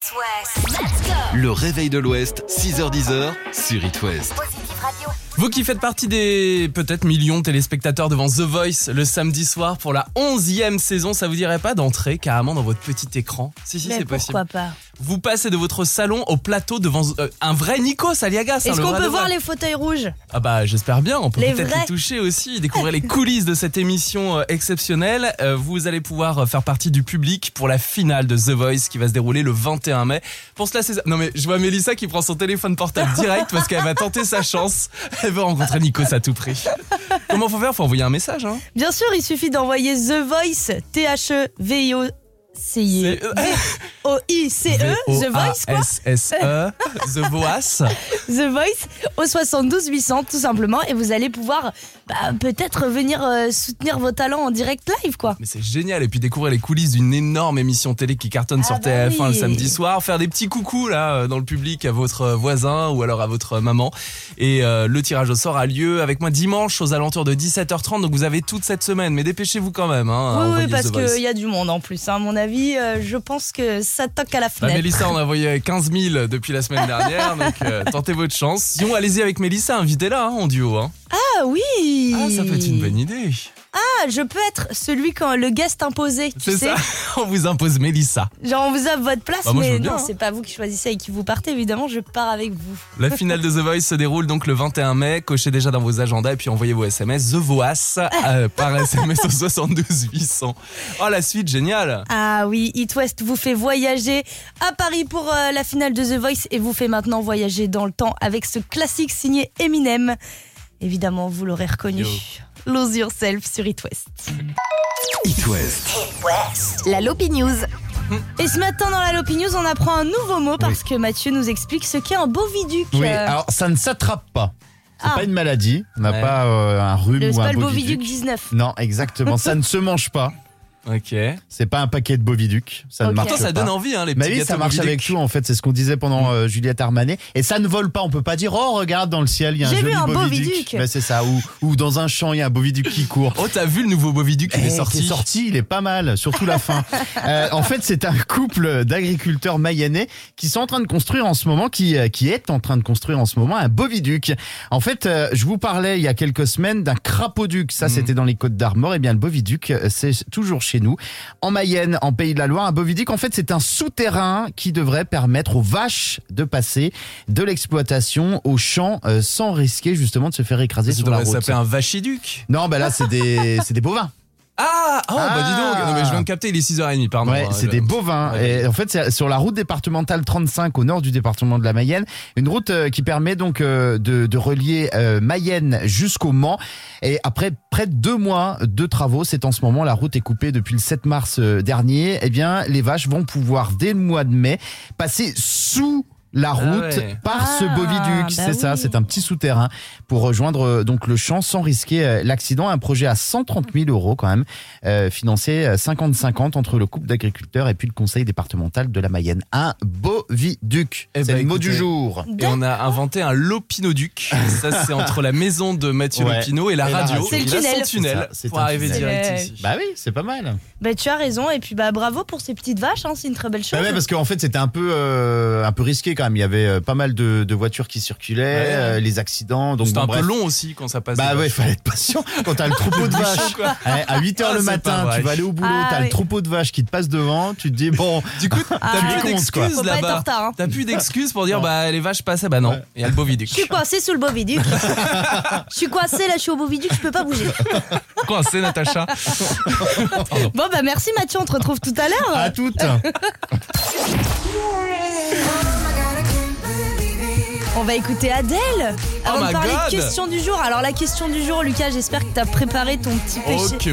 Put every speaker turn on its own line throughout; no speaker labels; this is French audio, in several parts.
It West. Let's go.
Le réveil de l'Ouest, 6h10 sur It West.
Positive Radio.
Vous qui faites partie des peut-être millions de téléspectateurs devant The Voice le samedi soir pour la 11e saison, ça vous dirait pas d'entrer carrément dans votre petit écran Si, si,
Mais
c'est possible.
pourquoi pas
Vous passez de votre salon au plateau devant euh, un vrai Nico Saliagas. hein,
Est-ce
le
qu'on
vrai
peut
de
voir
vrai.
les fauteuils rouges
Ah bah j'espère bien, on peut
Les
peut-être
vrais.
les toucher aussi, découvrir les coulisses de cette émission euh, exceptionnelle. Euh, vous allez pouvoir euh, faire partie du public pour la finale de The Voice qui va se dérouler le 21 mai. Pour cela c'est ça. Non mais je vois Mélissa qui prend son téléphone portable direct parce qu'elle va tenter sa chance. Elle veut rencontrer Nikos à tout prix. Comment faut faire Faut envoyer un message hein.
Bien sûr, il suffit d'envoyer The Voice, E T-H-E-V-I-O-C-I,
C'est- E.
O-I-C-E, E, The Voice, quoi,
V-O-A-S-S-E, E, The Voice.
The Voice, au 72 800, tout simplement, et vous allez pouvoir bah, peut-être venir euh, soutenir vos talents en direct live, quoi.
Mais c'est génial. Et puis découvrir les coulisses d'une énorme émission télé qui cartonne
Ah
sur
bah
TF1 le
oui.
samedi soir. Faire des petits coucous là euh, dans le public à votre euh, voisin ou alors à votre euh, maman. Et euh, le tirage au sort a lieu avec moi dimanche aux alentours de 17h30. Donc vous avez toute cette semaine. Mais dépêchez-vous quand même. Hein, à
oui,
envoyer
oui, parce
The Voice.
qu'il y a du monde en plus, hein. à mon avis, euh, je pense que ça toque à la
Bah,
fenêtre.
Mélissa, on a envoyé 15 000 depuis la semaine dernière, donc euh, tentez votre chance. Sinon, allez-y avec Mélissa, invitez-la hein, en duo. Hein.
ah oui
Ah, ça peut être une bonne idée.
Ah, je peux être celui quand le guest imposé, tu
C'est
sais.
ça, on vous impose Mélissa.
Genre on vous offre votre place,
Bah, moi, je
mais
veux bien,
non,
hein.
c'est pas vous qui choisissez avec qui vous partez, évidemment, je pars avec vous.
La finale de The Voice se déroule donc le 21 mai. Cochez déjà dans vos agendas et puis envoyez vos SMS The Voice
Ah.
euh, par SMS au 72 800. Oh, la suite, géniale
Ah oui, It West vous fait voyager à Paris pour euh, la finale de The Voice et vous fait maintenant voyager dans le temps avec ce classique signé Eminem. Évidemment, vous l'aurez reconnu.
Yo.
Lose Yourself sur It West.
It West,
La Lopi News.
Et ce matin dans la Lopi News, on apprend un nouveau mot parce que Mathieu nous explique ce qu'est un boviduc.
Oui,
Euh,
ah,
alors ça ne s'attrape pas. C'est
Ah.
pas une maladie. On n'a
Ouais.
pas euh, un rhume
le
ou un
spal
boviduc.
boviduc 19.
Non, exactement. ça ne se mange pas.
Ok.
C'est pas un paquet de boviduc. Ça
Ok.
ne marche
Pourtant, ça
pas.
donne envie, hein, les
Mais
petits
oui,
gâteaux
ça marche
Moby
avec
Dick.
tout en fait. C'est ce qu'on disait
Mm.
pendant euh, Juliette Armanet. Et ça ne vole pas. On peut pas dire oh regarde dans le ciel il y a un
J'ai vu
joli
un
boviduc.
boviduc.
Bah, c'est ça. Ou ou dans un champ il y a un boviduc qui court.
Oh, t'as vu le nouveau Boviduc qui
Eh,
est sorti
qui est sorti, il est pas mal, surtout la fin. Euh, en fait, c'est un couple d'agriculteurs mayennais qui sont en train de construire en ce moment, qui, euh, qui est en train de construire en ce moment un boviduc. En fait, euh, je vous parlais il y a quelques semaines d'un crapauduc. Ça,
Mhm.
c'était dans les Côtes d'Armor. Et bien, le boviduc, euh, c'est toujours chez nous. En Mayenne, en Pays de la Loire, un boviduc, en fait, c'est un souterrain qui devrait permettre aux vaches de passer de l'exploitation au champ euh, sans risquer justement de se faire écraser
Ça
sur la
devrait
route.
s'appeler un vachiduc.
Non, bah là, c'est des, c'est des bovins.
Ah Oh, bah dis
Ah.
donc Non, mais je viens de capter, il est 6h30, pardon.
Ouais,
Euh,
c'est
je-
des bovins.
Ouais.
Et en fait, c'est sur la route départementale 35 au nord du département de la Mayenne, une route euh, qui permet donc euh, de, de relier euh, Mayenne jusqu'au Mans. Et après près de deux mois de travaux, c'est en ce moment la route est coupée depuis le 7 mars euh, dernier. Eh bien, les vaches vont pouvoir dès le mois de mai passer sous la route
Ah ouais.
par ce
Ah,
boviduc,
bah
c'est ça,
oui.
c'est un petit souterrain pour rejoindre euh, donc le champ sans risquer euh, l'accident. Un projet à 130 000 euros quand même, euh, financé euh, 50-50 entre le couple d'agriculteurs et puis le conseil départemental de la Mayenne. Un boviduc,
Eh
c'est
ben,
le mot du
écoutez,
jour.
Et on a inventé un Lopinoduc. Ça, c'est entre la maison de Mathieu
Ouais.
Lopino et la
Et la
radio.
radio. C'est
le
Il a
tunnel.
son tunnel
C'est ça, c'est
pour
un
arriver
tunnel.
direct
Ouais.
ici.
Bah oui, c'est pas mal.
Bah, tu as raison, et puis bah bravo pour ces petites vaches, hein, c'est une très belle chose.
Bah ouais, parce qu'en fait, c'était un peu euh, un peu risqué quand même. Il y avait euh, pas mal de, de voitures qui circulaient,
Ouais.
euh, les accidents. Donc
C'est
bon,
un
bref.
peu long aussi quand ça passe.
Bah
des
ouais,
vaches.
fallait être patient quand t'as le troupeau de vaches.
quoi.
Ouais, À 8h
Ah,
le
c'est pas
matin,
vrai.
tu vas aller au boulot,
Ah,
t'as
oui.
le troupeau de vaches qui te passe devant, tu te dis bon,
Du coup,
Ah,
t'as
tu
plus
comptes, quoi.
d'excuses
Faut pas être en
là-bas.
retard. hein.
T'as plus d'excuses pour dire
Non.
bah les vaches passaient, bah non,
Ouais.
il y a le boviduc.
Je suis coincée sous le boviduc. je suis coincée, là, je suis au boviduc, je peux pas bouger.
Quoi, c'est Natacha
Bon, bah merci Mathieu, on te retrouve tout à l'heure.
à toutes.
On va écouter Adèle avant
Oh my
de parler
God.
de question du jour. Alors, la question du jour, Lucas, j'espère que t'as préparé ton petit péché,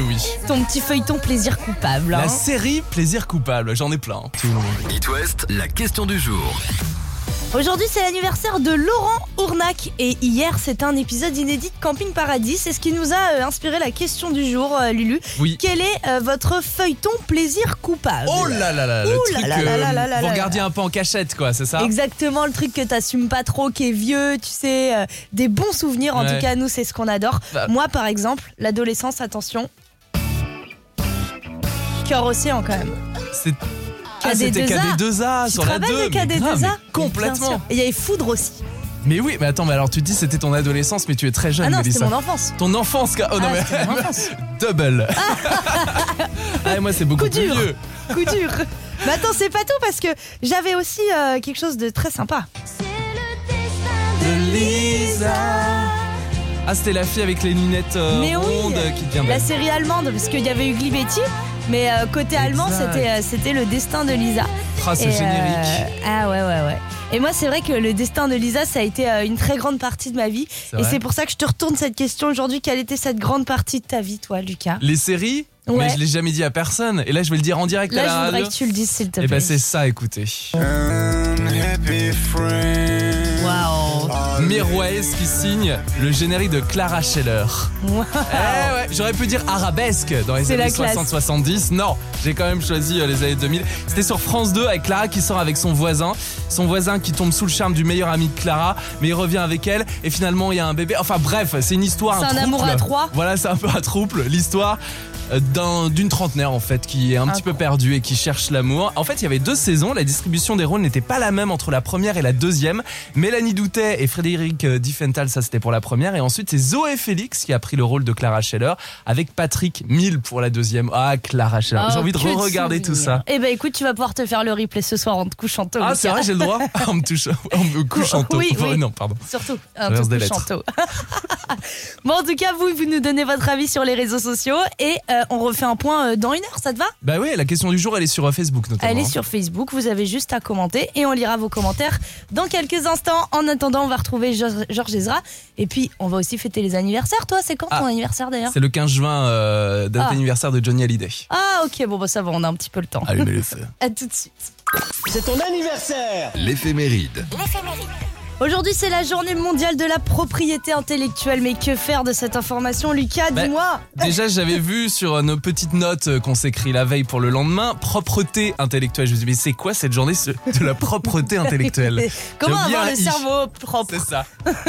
Ok oui.
ton petit feuilleton plaisir coupable. hein.
La série Plaisir coupable, j'en ai plein. hein. Tout le monde.
It West, la question du jour.
Aujourd'hui, c'est l'anniversaire de Laurent Ournac. Et hier, c'était un épisode inédit de Camping Paradis. C'est ce qui nous a euh, inspiré la question du jour, euh, Lulu.
Oui.
Quel est euh, votre feuilleton plaisir coupable
Oh là là là, le
Ah, Ouh
truc
là là là
euh,
là là là
vous
là.
regardiez un peu en cachette quoi, c'est ça
Exactement, le truc que t'assumes pas trop, qui est vieux, tu sais, euh, des bons souvenirs. En
Ouais.
tout cas, nous, c'est ce qu'on adore.
Bah.
Moi, par exemple, l'adolescence, attention. Cœur océan, hein, quand même.
C'est Ah, c'était KD2A
KD2A. Tu
Ah, sur
te
la 2.
rappelles de
mais grave, mais
KD2A Bien
Complètement.
sûr. Et il y avait Foudre aussi.
Mais oui, mais attends, mais alors tu te dis c'était ton adolescence, mais tu es très jeune,
Ah non, c'était
Mélissa.
mon enfance.
Ton enfance, ca- oh non,
Ah,
mais
c'était mon enfance.
double. ah, et moi, c'est beaucoup
Coup
plus
dur.
vieux.
Coup dur. Mais attends, c'est pas tout parce que j'avais aussi euh, quelque chose de très sympa.
Ah, c'était la fille avec les lunettes euh,
Mais oui.
rondes euh, qui devient
La
belle.
série allemande, parce qu'il y avait eu Glibetti, mais euh, côté allemand,
Exact.
c'était euh, c'était le destin de Lisa.
Ah, ce
Et, euh,
générique.
ah ouais, ouais, ouais. Et moi, c'est vrai que le destin de Lisa, ça a été euh, une très grande partie de ma vie.
C'est
et
vrai.
c'est pour ça que je te retourne cette question aujourd'hui. Quelle était cette grande partie de ta vie, toi, Lucas
Les séries
Ouais.
Mais je l'ai jamais dit à personne. Et là, je vais le dire en direct à la
Là, je voudrais
radio.
que tu le dises, s'il te
Et
plaît.
ben, c'est ça, écoutez.
Waouh.
Mirwais qui signe le générique de Clara Scheller.
Waouh.
Eh ouais, j'aurais pu dire arabesque dans les
C'est
années
la classe.
60-70. Non, j'ai quand même choisi euh, les années 2000. C'était sur France 2 avec Clara qui sort avec son voisin. Son voisin qui tombe sous le charme du meilleur ami de Clara, mais il revient avec elle et finalement il y a un bébé. Enfin bref, c'est une histoire.
C'est un
trouble.
amour à trois.
Voilà, c'est un peu un trouble. L'histoire euh, d'un- d'une trentenaire en fait qui est un petit peu perdue et qui cherche l'amour. En fait, il y avait deux saisons, la distribution des rôles n'était pas la même entre la première et la deuxième. Mélanie Doutet et Frédéric euh, Diffenthal, ça c'était pour la première et ensuite c'est Zoé Félix qui a pris le rôle de Clara Scheller avec Patrick Mille pour la deuxième. Ah Clara Scheller, j'ai
Oh,
envie de
que
re-regarder tout
souvenirs.
ça.
Eh ben écoute, tu vas pouvoir te faire le replay ce soir en te couchant tôt.
Ah,
Lucas.
c'est vrai, j'ai le droit On me touche, on me couche en taux.
Oui,
Enfin,
oui.
Non, pardon.
Surtout, un
Inverse
tout
des
couchant tôt. bon, en tout cas, vous, vous nous donnez votre avis sur les réseaux sociaux et euh, on refait un point euh, dans une heure, ça te va
Bah oui, la question du jour, elle est sur euh, Facebook notamment.
Allez sur Facebook, vous avez juste à commenter et on lira vos commentaires dans quelques instants. En attendant, on va retrouver Jo- Georges Ezra et puis on va aussi fêter les anniversaires. Toi, c'est quand
Ah.
ton anniversaire d'ailleurs
C'est le 15 juin, euh, date
Ah.
d'anniversaire de Johnny Hallyday.
Ah, ok, bon, bah, ça va, on a un petit peu le temps.
Allumez le feu.
À tout de suite.
C'est ton anniversaire
L'éphéméride.
L'éphéméride.
Aujourd'hui, c'est la journée mondiale de la propriété intellectuelle, mais que faire de cette information, Lucas
Bah,
Dis-moi
Déjà, j'avais vu sur euh, nos petites notes euh, qu'on s'écrit la veille pour le lendemain, propreté intellectuelle. Je me suis dit, mais c'est quoi cette journée ce- de la propreté intellectuelle
Comment
J'aime bien
avoir
un
le
i.
cerveau propre
C'est ça.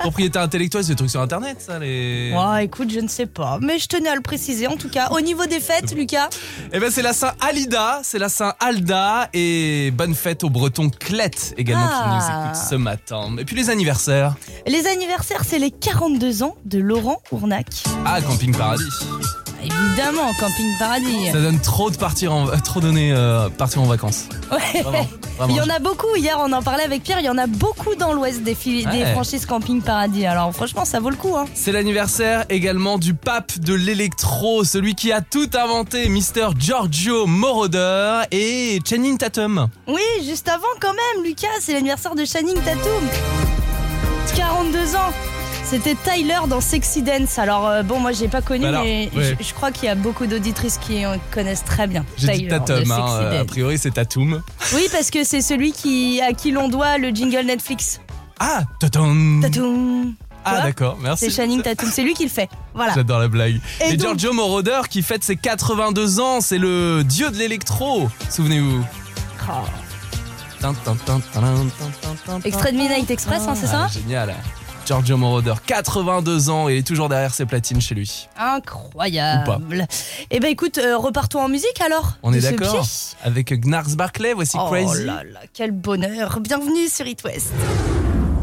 Propriété intellectuelle, c'est des trucs sur Internet, ça, les...
Ouais, écoute, je ne sais pas, mais je tenais à le préciser en tout cas. Au niveau des fêtes, Lucas,
Eh ben, c'est la Saint Alida, c'est la Saint Alda, et bonne fête aux Bretons Clette également qui nous
Ah.
écoutent ce matin. Et puis les anniversaires.
les anniversaires, c'est les 42 ans de Laurent Ournac.
Ah, Camping Paradis.
Évidemment, Camping Paradis.
Ça donne trop de partir en, euh, trop donné, euh, partir en vacances.
Ouais.
Vraiment. vraiment.
Il y en a beaucoup, hier on en parlait avec Pierre, il y en a beaucoup dans l'ouest des, fili- des
Ouais.
franchises Camping Paradis. Alors franchement, ça vaut le coup. Hein.
C'est l'anniversaire également du pape de l'électro, celui qui a tout inventé, Mr. Giorgio Moroder et Channing Tatum.
Oui, juste avant quand même, Lucas, c'est l'anniversaire de Channing Tatum. 42 ans. C'était Tyler dans Sexy Dance. Alors euh, bon, moi j'ai pas connu,
Bah alors,
mais
ouais.
je- je crois qu'il y a beaucoup d'auditrices qui euh, connaissent très bien
J'ai
Tyler
dit
de
Tatum,
Sexy
hein, euh, a
Dance.
priori c'est Tatum.
Oui, parce que c'est celui qui à qui l'on doit le jingle Netflix.
Ah, Tatum.
Tatum.
Ah
Quoi
d'accord, merci.
C'est Channing Tatum, c'est lui qui le fait. Voilà.
J'adore la blague.
Et
Et,
donc-
Giorgio Moroder qui fête ses 82 ans, c'est le dieu de l'électro, souvenez-vous.
Oh.
Tin, tin, tin, tin, tin, tin, tin, tin.
Extrait de Midnight Express, hein, c'est ça
Ah, Génial. Giorgio Moroder, 82 ans et toujours derrière ses platines chez lui.
Incroyable. Eh ben écoute, euh, repartons en musique alors.
On
de
est
ce
d'accord
pied.
Avec Gnars Barclay, voici
Oh
Crazy.
là là, quel bonheur. Bienvenue sur It West.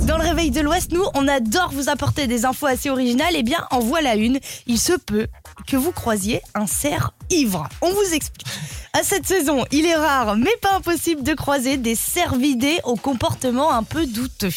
Dans le réveil de l'Ouest, nous, on adore vous apporter des infos assez originales. Eh bien, en voilà une. Il se peut que vous croisiez un cerf ivre. On vous explique. À cette saison, il est rare, mais pas impossible de croiser des cervidés au comportement un peu douteux.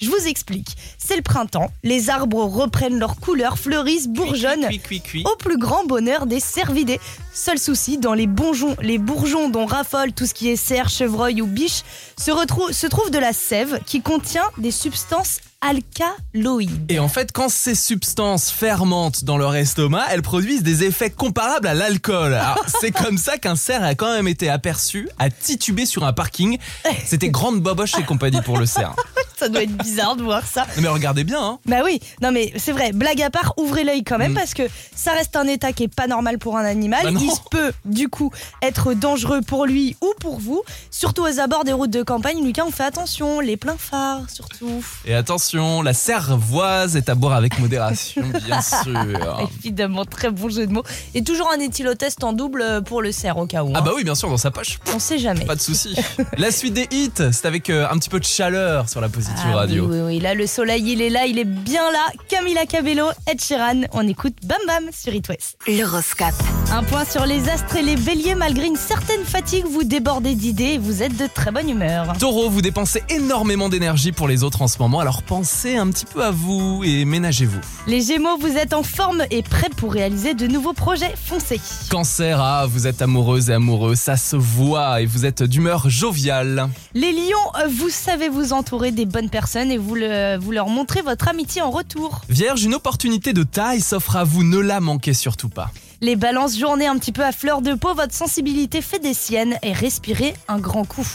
Je vous explique. C'est le printemps. Les arbres reprennent leur couleur, fleurissent, bourgeonnent
Cui, cui, cui, cui.
au plus grand bonheur des cervidés. Seul souci, dans les bourgeons, les bourgeons dont raffolent tout ce qui est cerf, chevreuil ou biche, se, retrou- se trouve de la sève qui contient des substances alcaloïdes.
Et en fait, quand ces substances fermentent dans leur estomac, elles produisent des effets comparables à l'alcool. Alors, C'est comme ça qu'un cerf a quand même été aperçu à tituber sur un parking. C'était Grande Boboche et compagnie pour le cerf.
ça doit être bizarre de voir ça.
Non, mais regardez bien, hein.
Bah oui, non mais c'est vrai, blague à part, ouvrez l'œil quand même
Mm.
parce que ça reste un état qui est pas normal pour un animal.
Bah non.
Il se peut du coup être dangereux pour lui ou pour vous, surtout aux abords des routes de campagne. Lucas, on fait attention, les pleins phares surtout,
Et attention, la cervoise est à boire avec modération, bien sûr.
évidemment, très bon jeu de mots. Et toujours un éthylotest en double euh, pour le cerf au cas où.
Ah
hein.
bah oui, bien sûr, dans sa poche.
On sait jamais.
Pas de souci. La suite des hits, c'est avec euh, un petit peu de chaleur sur la Positive
Ah
Radio.
Oui, oui, oui, là le soleil il est là, il est bien là. Camila Cabello, Ed Sheeran, on écoute Bam Bam sur It West.
l'horoscope.
Un point sur les astres et les béliers, malgré une certaine fatigue, vous débordez d'idées et vous êtes de très bonne humeur.
Taureau, vous dépensez énormément d'énergie pour les autres en ce moment, alors pensez un petit peu à vous et ménagez-vous.
Les gémeaux, vous êtes en forme et prêts pour réaliser de nouveaux projets, foncez.
Cancer, ah, vous êtes amoureuse et amoureux, ça se voit et vous êtes d'humeur joviale.
Les lions, euh, vous savez vous entourer des bonnes personnes et vous, le- vous leur montrez votre amitié en retour.
Vierge, une opportunité de taille s'offre à vous, ne la manquez surtout pas.
Les balances, journée un petit peu à fleur de peau, votre sensibilité fait des siennes et respirez un grand coup.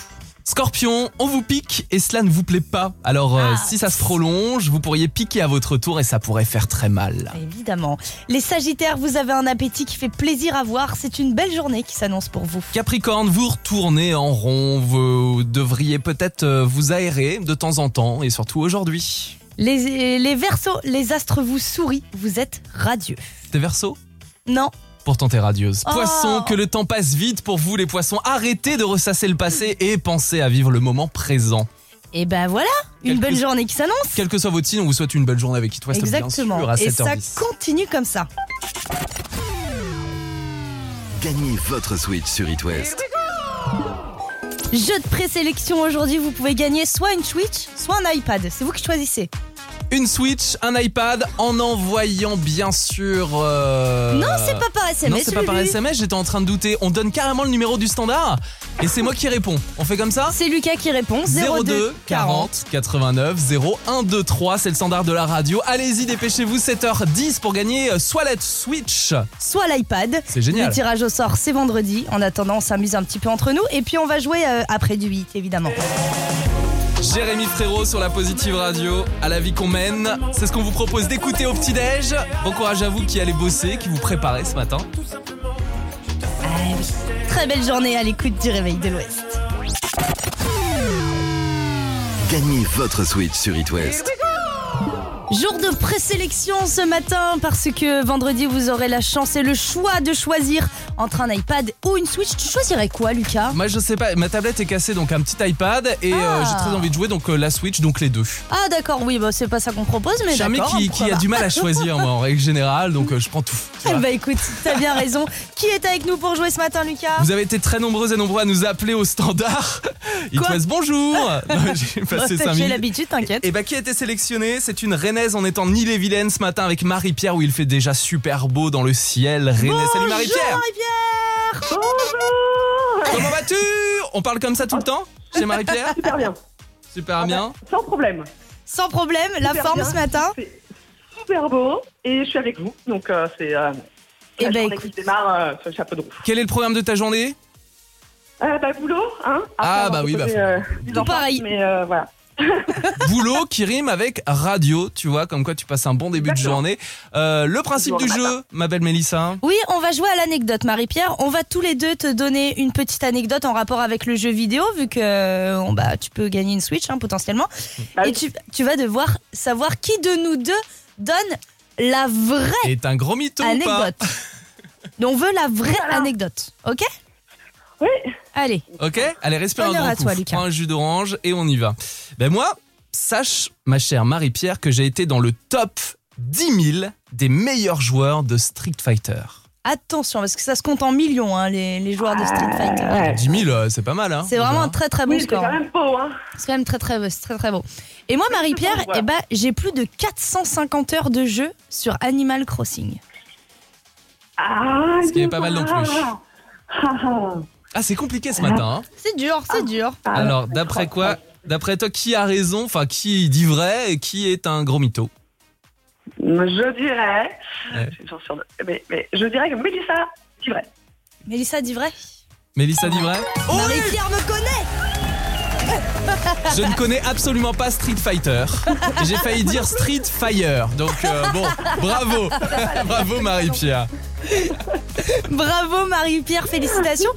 Scorpion, on vous pique et cela ne vous plaît pas. Alors euh,
Ah.
si ça se prolonge, vous pourriez piquer à votre tour et ça pourrait faire très mal.
Évidemment. Les sagittaires, vous avez un appétit qui fait plaisir à voir, c'est une belle journée qui s'annonce pour vous.
Capricorne, vous retournez en rond, vous devriez peut-être euh, vous aérer de temps en temps et surtout aujourd'hui.
Les, les versos, les astres vous sourient, vous êtes radieux.
T'es verso
Non,
Pourtant t'es radieuse.
Oh.
Poisson, que le temps passe vite pour vous les poissons. Arrêtez de ressasser le passé et pensez à vivre le moment présent.
et ben voilà, une
Quelque-
bonne journée qui s'annonce.
Quel que soit votre signe, on vous souhaite une belle journée avec It West, bien sûr,
Exactement.
à
Et
7h10.
ça continue comme ça.
Gagnez votre Switch sur It West.
Jeu de présélection aujourd'hui, vous pouvez gagner soit une Switch, soit un iPad. C'est vous qui choisissez.
Une Switch, un iPad, en envoyant bien sûr... euh,
Non, c'est pas par
Non,
SMS.
c'est pas par
Lulu.
SMS, j'étais en train de douter. On donne carrément le numéro du standard et c'est moi qui réponds. On fait comme ça
C'est Lucas qui répond.
02 40
40.
89 0 123, c'est le standard de la radio. Allez-y, dépêchez-vous, 7h10 pour gagner euh, soit la Switch.
soit l'iPad.
C'est génial.
Le tirage au sort, c'est vendredi. En attendant, on s'amuse un petit peu entre nous. Et puis, on va jouer euh, après du 8, évidemment.
Jérémy Frérot sur la Positive Radio, à la vie qu'on mène. C'est ce qu'on vous propose d'écouter au petit-déj. Bon courage à vous qui allez bosser, qui vous préparez ce matin.
Très belle journée à l'écoute du Réveil de l'Ouest.
Gagnez votre Switch sur It West.
Jour de présélection ce matin parce que vendredi vous aurez la chance et le choix de choisir entre un iPad ou une Switch. Tu choisirais quoi Lucas
Moi, je sais pas, ma tablette est cassée, donc un petit iPad et euh,
Ah.
j'ai très envie de jouer, donc euh, la Switch, donc les deux.
Ah d'accord, oui, bah, c'est pas ça qu'on propose mais
Je suis un mec
d'accord. hein,
qui,
on
qui a
prend.
du mal à choisir, moi, en règle générale, donc euh, je prends tout. tu
Eh
vois.
bah écoute, t'as bien raison. Qui est avec nous pour jouer ce matin Lucas
Vous avez été très nombreuses et nombreux à nous appeler au standard. Il
Quoi
te reste bonjour. Non, J'ai
Bah,
passé
t'as-
5
J'ai
minutes.
l'habitude, t'inquiète.
Et bah qui a été sélectionné C'est une Rennaise en étant île et vilaine ce matin avec Marie-Pierre où il fait déjà super beau dans le ciel. Rennaise, salut
Oh,
Marie-Pierre
Marie-Pierre
Ah,
Comment vas-tu On parle comme ça tout le temps chez Marie-Pierre
Super bien,
Super bien.
sans problème.
Sans problème, la
Super
forme
bien.
ce matin
C'est super beau et je suis avec vous. Donc euh, c'est euh,
Eh
la
ben,
journée qui démarre euh, sur le chapeau de roue.
Quel est le programme de ta journée
Euh, bah, boulot, hein
Ah,
on
bah
va
oui, bah,
poser,
faut-
euh, des
Tout
enfants,
pareil.
Mais euh, voilà.
Boulot qui rime avec radio, tu vois, comme quoi tu passes un bon début de
Exactement.
journée. Euh, le principe du
Toujours le
jeu, ma belle Mélissa.
Oui, on va jouer à l'anecdote, Marie-Pierre. On va tous les deux te donner une petite anecdote en rapport avec le jeu vidéo, vu que euh, on- bah, tu peux gagner une Switch hein, potentiellement.
Bah
Et
oui.
tu, tu vas devoir savoir qui de nous deux donne la vraie
Est un gros mytho ou pas
anecdote. Mais on veut la vraie anecdote, ok
Oui,
Allez,
Ok Allez, respire
Honneur
un
à
grand
toi,
coup.
Lucas.
Prends un jus d'orange et on y va. Ben moi, sache, ma chère Marie-Pierre, que j'ai été dans le top 10 000 des meilleurs joueurs de Street Fighter.
attention, parce que ça se compte en millions, hein, les, les joueurs de Street Fighter.
ouais.
10 000, euh, c'est pas mal, hein
Ah, C'est vraiment un
déjà.
très très bon
Ah. oui c'est
score.
quand même beau. Hein.
C'est quand même très très, beau, c'est très, très beau. Et moi, Marie-Pierre,
Voilà.
eh ben, j'ai plus de 450 heures de jeu sur Animal Crossing.
Ah,
Ce qui est
il
pas mal non
va.
plus.
Ah, ah.
Ah, c'est compliqué ce matin. hein.
C'est dur, c'est dur.
Ah,
Alors, d'après quoi D'après toi, qui a raison Enfin, qui dit vrai et qui est un gros mytho
Je dirais.
Ouais.
je suis toujours sûre de- Mais, mais je dirais que Mélissa, c'est vrai.
Mélissa dit vrai
Mélissa dit vrai
Marie-Pierre me connaît
Je ne connais absolument pas Street Fighter. J'ai failli dire Street Fire. Donc euh, bon, bravo. bravo Marie-Pierre.
Bravo Marie-Pierre, félicitations.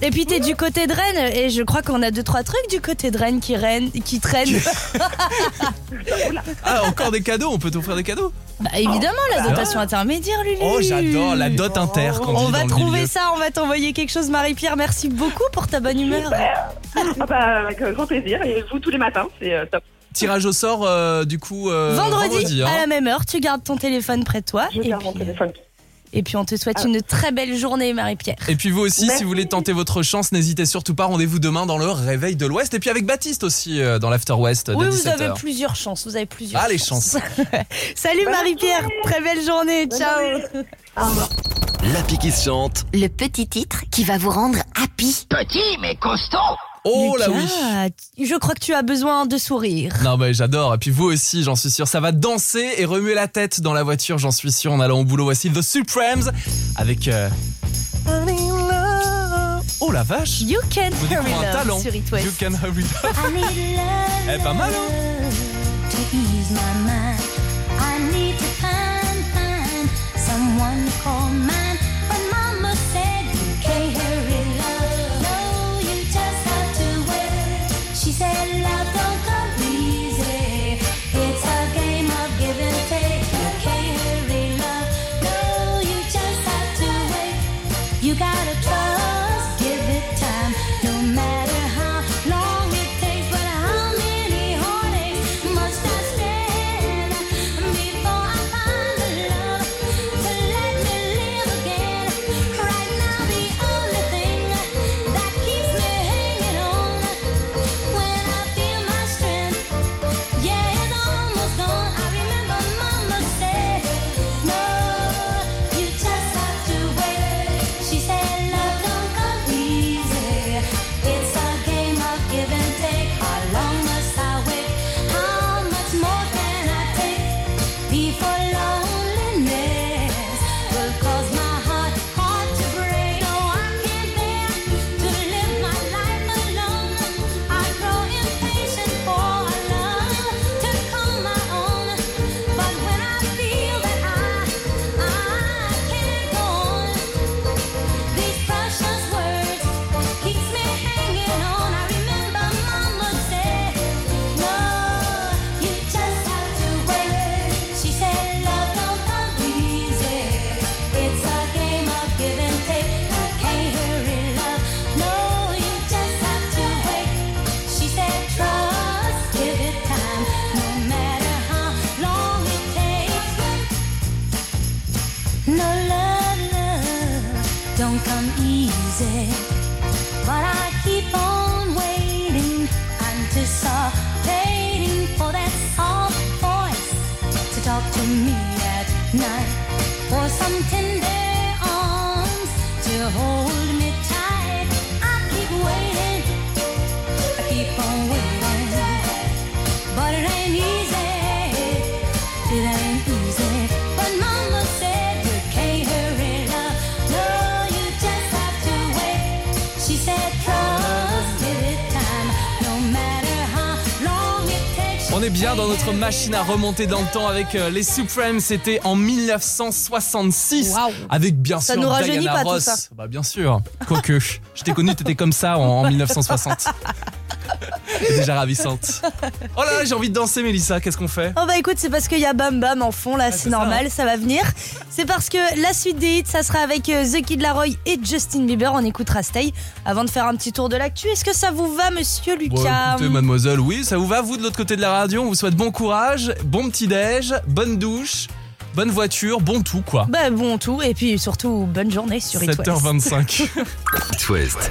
Et puis t'es du côté de Rennes et je crois qu'on a deux trois trucs du côté de Rennes qui, règnent- qui traînent.
Ah, encore des cadeaux, on peut t'offrir des cadeaux
Bah, évidemment la dotation intermédiaire Lulu.
Oh, j'adore la dot inter qu'on dit
On va
dans le
trouver
milieu.
ça, on va t'envoyer quelque chose Marie-Pierre. Merci beaucoup pour ta bonne humeur.
Ah bah, avec euh, grand plaisir. Et vous, tous les matins, c'est euh, top.
Tirage au sort euh, du coup euh,
vendredi,
vendredi, hein.
à la même heure, tu gardes ton téléphone près de toi
Je
et
garde mon
puis, euh,
téléphone.
et puis on te souhaite une très belle journée Marie-Pierre.
Et puis vous aussi, si
bah
Merci.
vous voulez tenter votre chance, n'hésitez surtout pas. Rendez-vous demain dans le Réveil de l'Ouest. Et puis avec Baptiste aussi euh, dans l'After West de
Oui, vous
17h.
avez plusieurs chances, vous avez plusieurs
Ah, les chances.
Salut Marie-Pierre, très belle journée, ciao.
L'appli qui se chante.
Le petit titre qui va vous rendre happy.
Oh là oui
Lucas, Je crois que tu as besoin de sourire.
Non mais j'adore. Et puis vous aussi, j'en suis sûr. Ça va danser et remuer la tête dans la voiture, j'en suis sûr, en allant au boulot. Voici The Supremes avec... euh, I'm in love. Oh la vache
You can
Vous
hear
découvrez un
me
talent.
love sur It West.
You can have it. Eh, pas mal, hein
You gotta trust, give it time, no matter how long it takes, but how many heartaches must I stand before I find the love to let me live again? Right now, the only thing that keeps me hanging on when I feel my strength. Yeah, it's almost gone. I remember Mama said, No, you just have to wait. She said, Love don't come easy. It's a game of give and take. How long must I wait? How much more can I take before loneliness will cause my heart hard to break? No, I can't bear to live my life alone. I grow impatient for a love to call my own, but when I feel that I I can't go on. These precious words keeps me hanging on. I remember Mama said, No, you just have to wait. She said, Love don't come easy. It's a game of give and take. I can't hurry love. No, you just have to wait. She said, Trust, give it time. No matter how long it takes. No love, love don't come easy. But I keep on waiting. I'm just waiting for that soft voice to talk to me at night. For some tender arms to hold me tight. I keep waiting. I keep on waiting. But it ain't easy. It ain't easy. But Mama said you can't hurry love. No, you just have to wait. She said trust, give it time. No matter how long it takes.
On est bien dans notre machine à remonter dans le temps avec euh, les Supremes. C'était en 1966.
Waouh.
Avec bien
Ça
sûr
nous rajeunit
Diana
pas, tout
Ross.
ça.
Bah bien sûr. Quoique, je t'ai connu, t'étais comme ça en, en 1960. Elle est Déjà ravissante. Oh là là, j'ai envie de danser, Mélissa. Qu'est-ce qu'on fait
Oh bah écoute, c'est parce qu'il y a Bam Bam en fond là,
Ah, c'est
c'est normal, ça va venir. C'est parce que la suite des hits, ça sera avec euh, The Kid Laroi et Justin Bieber. On écoutera Stay avant de faire un petit tour de l'actu. Est-ce que ça vous va, monsieur
Bon,
Lucas
écoutez, mademoiselle, oui, ça vous va, vous, de l'autre côté de la radio On vous souhaite bon courage, bon petit-déj, bonne douche, bonne voiture, bon tout, quoi.
Bah bon tout, et puis surtout, bonne journée sur It West.
7h25.
It West.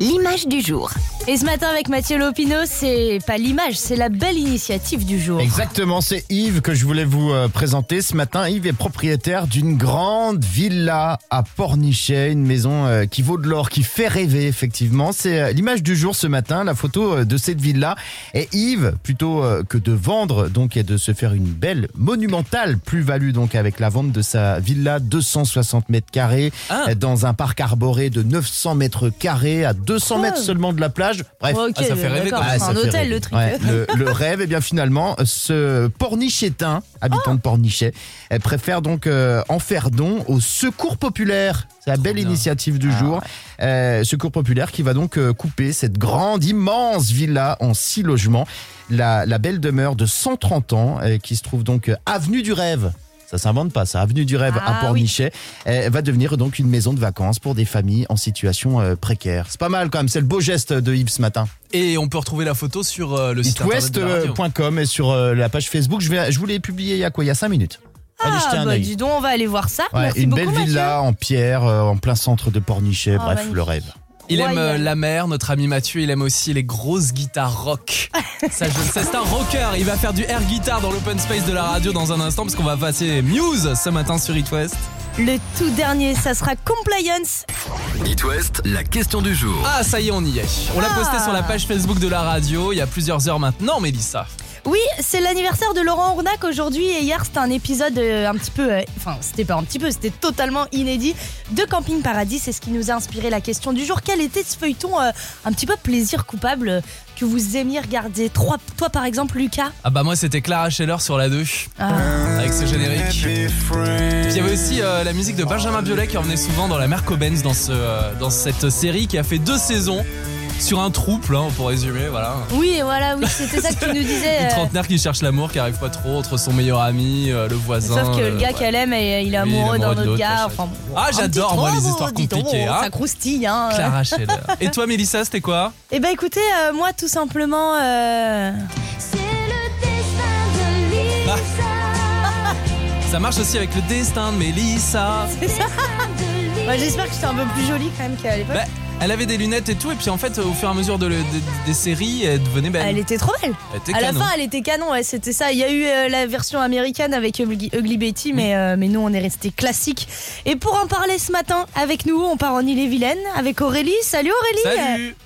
L'image du jour.
Et ce matin avec Mathieu Lopino, c'est pas l'image, c'est la belle initiative du jour.
Exactement, c'est Yves que je voulais vous euh, présenter ce matin. Yves est propriétaire d'une grande villa à Pornichet, une maison euh, qui vaut de l'or, qui fait rêver effectivement. C'est euh, l'image du jour ce matin, la photo euh, de cette villa. Et Yves, plutôt euh, que de vendre donc et de se faire une belle monumentale plus-value donc avec la vente de sa villa 260 mètres carrés
Ah.
euh, dans un parc arboré de 900 mètres carrés à 200 mètres
Oh.
seulement de la plage. plage. Bref.
Ouais, ok,
ah, ça fait rêver
d'accord,
quand
Ah,
même.
c'est
ça
un
fait
hôtel
rêver.
le truc.
Ouais, le, le rêve, et bien finalement, ce pornichétain, habitant de Pornichet, elle préfère donc euh, en faire don au Secours Populaire. C'est la belle
bien.
initiative
Ah,
du jour. Euh, Secours Populaire qui va donc euh, couper cette grande, immense villa en six logements. La, la belle demeure de 130 ans euh, qui se trouve donc euh, avenue du rêve. Ça s'invente pas, ça. Avenue du rêve
Ah
à Pornichet euh, va devenir donc une maison de vacances pour des familles en situation euh, précaire. C'est pas mal quand même, c'est le beau geste de Yves ce matin
Et on peut retrouver la photo sur euh, le site internet de la radio.
itwest.com et sur euh, la page Facebook. Je, vais, je vous l'ai publié il y a quoi Il y a 5 minutes. Allez, jetez
Ah
un
bah
œil.
dis donc, on va aller voir ça.
Ouais,
Merci
une
beaucoup
belle
Mathieu.
villa en pierre, euh, en plein centre de Pornichet.
Ah,
Bref,
magnifique.
le rêve.
Il aime euh,
Royal.
la mer, notre ami Mathieu, il aime aussi les grosses guitares rock. Ça, je le sais, c'est un rocker. Il va faire du air guitar dans l'open space de la radio dans un instant parce qu'on va passer Muse ce matin sur It West.
Le tout dernier, ça sera Compliance.
It West, la question du jour.
Ah, ça y est, on y est. On l'a posté
Ah.
sur la page Facebook de la radio il y a plusieurs heures maintenant, Mélissa.
Oui, c'est l'anniversaire de Laurent Ournac aujourd'hui et hier c'était un épisode euh, un petit peu, euh, enfin c'était pas un petit peu, c'était totalement inédit de Camping Paradis. C'est ce qui nous a inspiré la question du jour. Quel était ce feuilleton euh, un petit peu plaisir coupable euh, que vous aimiez regarder Trois, Toi par exemple Lucas
Ah bah moi c'était Clara Scheller sur la 2
Ah,
avec ce générique. Puis il y avait aussi euh, la musique de Benjamin Biolay qui revenait souvent dans la mer Cobens dans, ce, euh, dans cette série qui a fait deux saisons sur un trouble, hein, pour résumer, voilà.
Oui, voilà, oui, c'était ça que tu nous disais.
Le
euh,
trentenaire qui cherche l'amour, qui arrive pas trop entre son meilleur ami, euh, le voisin.
Sauf que le gars
ouais.
qu'elle aime, euh, il est
Lui, il est
amoureux d'un
amoureux de
autre
l'autre, machin.
gars. Enfin,
Ah,
un petit
j'adore, moi, les
drame,
histoires
dis donc,
compliquées, hein.
Ça croustille, hein.
Clara Scheller. Et toi, Mélissa, c'était quoi
Eh ben écoutez, euh, moi tout simplement, euh,
C'est le destin de
Bah.
Lisa.
Ça marche aussi avec le destin de Mélissa.
c'est ça.
De Lisa.
Bah, J'espère que j'étais un peu plus jolie quand même qu'à l'époque.
Bah, elle avait des lunettes et tout, et puis en fait, au fur et à mesure de le- de- des séries, elle devenait belle.
elle était trop belle.
Elle était
À la
canon.
fin, elle était canon, ouais, c'était ça. Il y a eu euh, la version américaine avec Ugly, Ugly Betty,
Mm.
mais, euh, mais nous, on est resté classique. Et pour en parler ce matin, avec nous, on part en Ille-et-Vilaine avec Aurélie. Salut Aurélie
Salut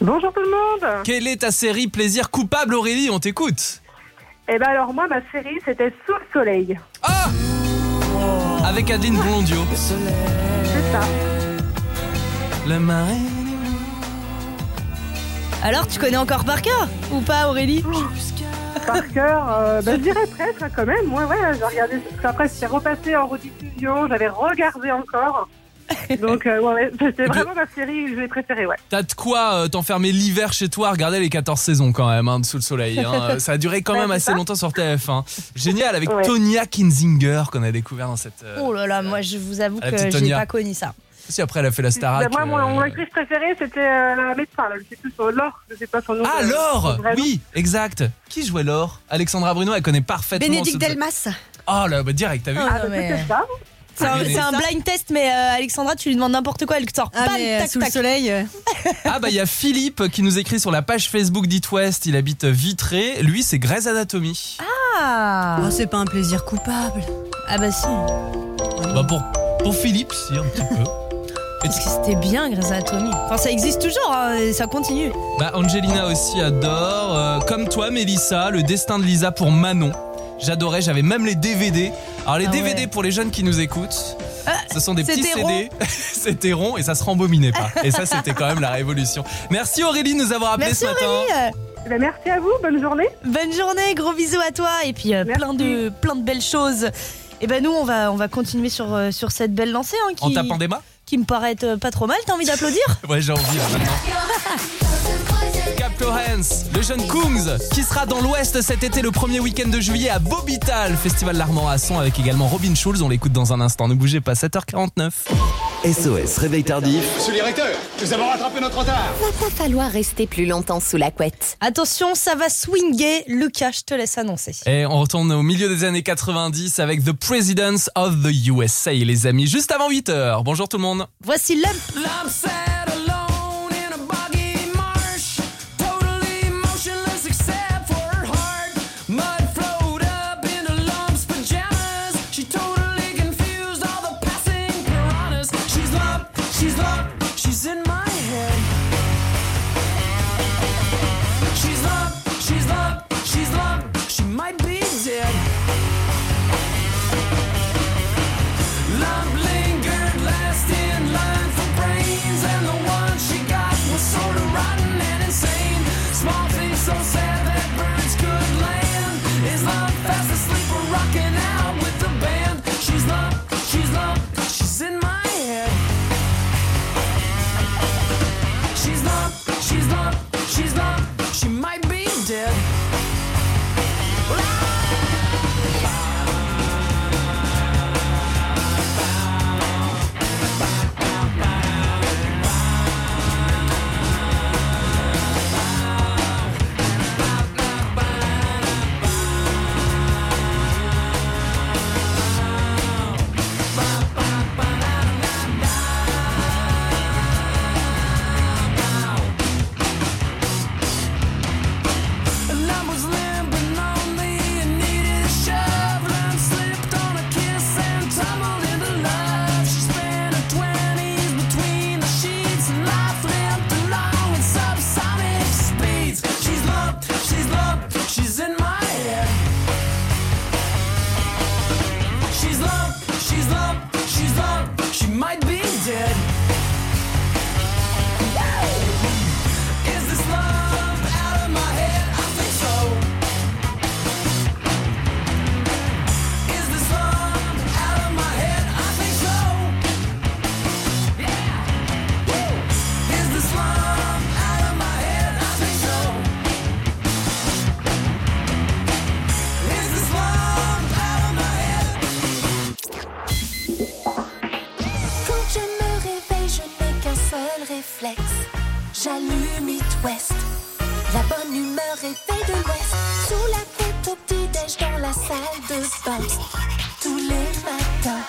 Bonjour tout le monde.
Quelle est ta série plaisir coupable, Aurélie On t'écoute.
Eh ben alors moi, ma série, c'était Sous le soleil.
Ah Avec Adeline Blondio.
C'est ça.
Le marais.
Alors, tu connais encore par cœur ou pas Aurélie
Par cœur, euh, ben, je dirais presque quand même. Moi, ouais, j'ai regardé. Après, c'était repassé en rediffusion. J'avais regardé encore. Donc, euh, ouais, c'était vraiment ma série que j'ai préférée, ouais.
T'as de quoi euh, t'enfermer l'hiver chez toi, regarder les 14 saisons quand même, hein, sous le soleil. hein. Euh, Ça a duré quand
Ouais,
même
Bah, c'est
assez
ça.
longtemps sur TF1. Génial, avec
Ouais.
Tonya Kinzinger qu'on a découvert dans cette... euh,
Oh là là, moi, je vous avoue
la
que
petite
j'ai
Tonya.
pas connu ça.
Si après elle a fait la Starac.
Ben, moi, mon, mon
euh,
actrice préférée, c'était euh, la médecin. là, Je sais plus, euh, Laure, je sais pas son nom.
Ah
euh,
Laure
son vrai nom.
Oui, exact. Qui jouait Laure Alexandra Bruno, elle connaît parfaitement.
Bénédicte
ce-
Delmas.
Oh là, bah direct, t'as vu
Ah,
Ah, ben,
mais-
c'était ça.
C'est un, c'est un blind test, mais euh, Alexandra, tu lui demandes n'importe quoi, elle te sort
Ah,
bam,
mais euh,
tac,
sous
tac.
le soleil. euh,
Ah bah il y a Philippe qui nous écrit sur la page Facebook d'It West, il habite Vitré, lui c'est Grey's Anatomy.
Ah.
oh, c'est pas un plaisir coupable.
ah bah si,
Bah pour, pour Philippe, si, un petit peu.
parce que c'était bien Grey's Anatomy. Enfin, ça existe toujours, hein, et ça continue.
Bah Angelina aussi adore, euh, comme toi Mélissa, le destin de Lisa pour Manon. J'adorais, j'avais même les DVD. Alors les
Ah
DVD
ouais. Ah,
pour les jeunes qui nous écoutent, ce sont des petits
c'était
CD, c'était rond et ça se rembominait pas. Et ça c'était quand même la révolution. Merci Aurélie de nous avoir appelé
Merci
ce matin.
Euh,
Ben, merci à vous. Bonne journée.
Bonne journée, gros bisous à toi et puis euh,
Merci.
plein de plein de belles choses. Et ben nous on va on va continuer sur euh, sur cette belle lancée hein,
En
qui
tapant des mains
qui me paraît euh, pas trop mal. T'as envie d'applaudir
Ouais, j'ai envie là, maintenant. Cap Lawrence, le jeune Kungs, qui sera dans l'Ouest cet été, le premier week-end de juillet à Bobital, festival L'Armand à Son, avec également Robin Schulz. On l'écoute dans un instant. Ne bougez pas, 7h49.
SOS, réveil tardif.
Monsieur le directeur, nous avons rattrapé notre retard.
Va pas falloir rester plus longtemps sous la couette.
Attention, ça va swinguer. Lucas, je te laisse annoncer.
Et on retourne au milieu des années 90 avec The Presidents of the USA, les amis, juste avant 8h. Bonjour tout le monde.
Voici l'homme
Love lingered last in line for brains and the
It West. La bonne humeur est faite de l'Ouest. Sous la tête au petit-déj dans la salle de bain. Tous les matins.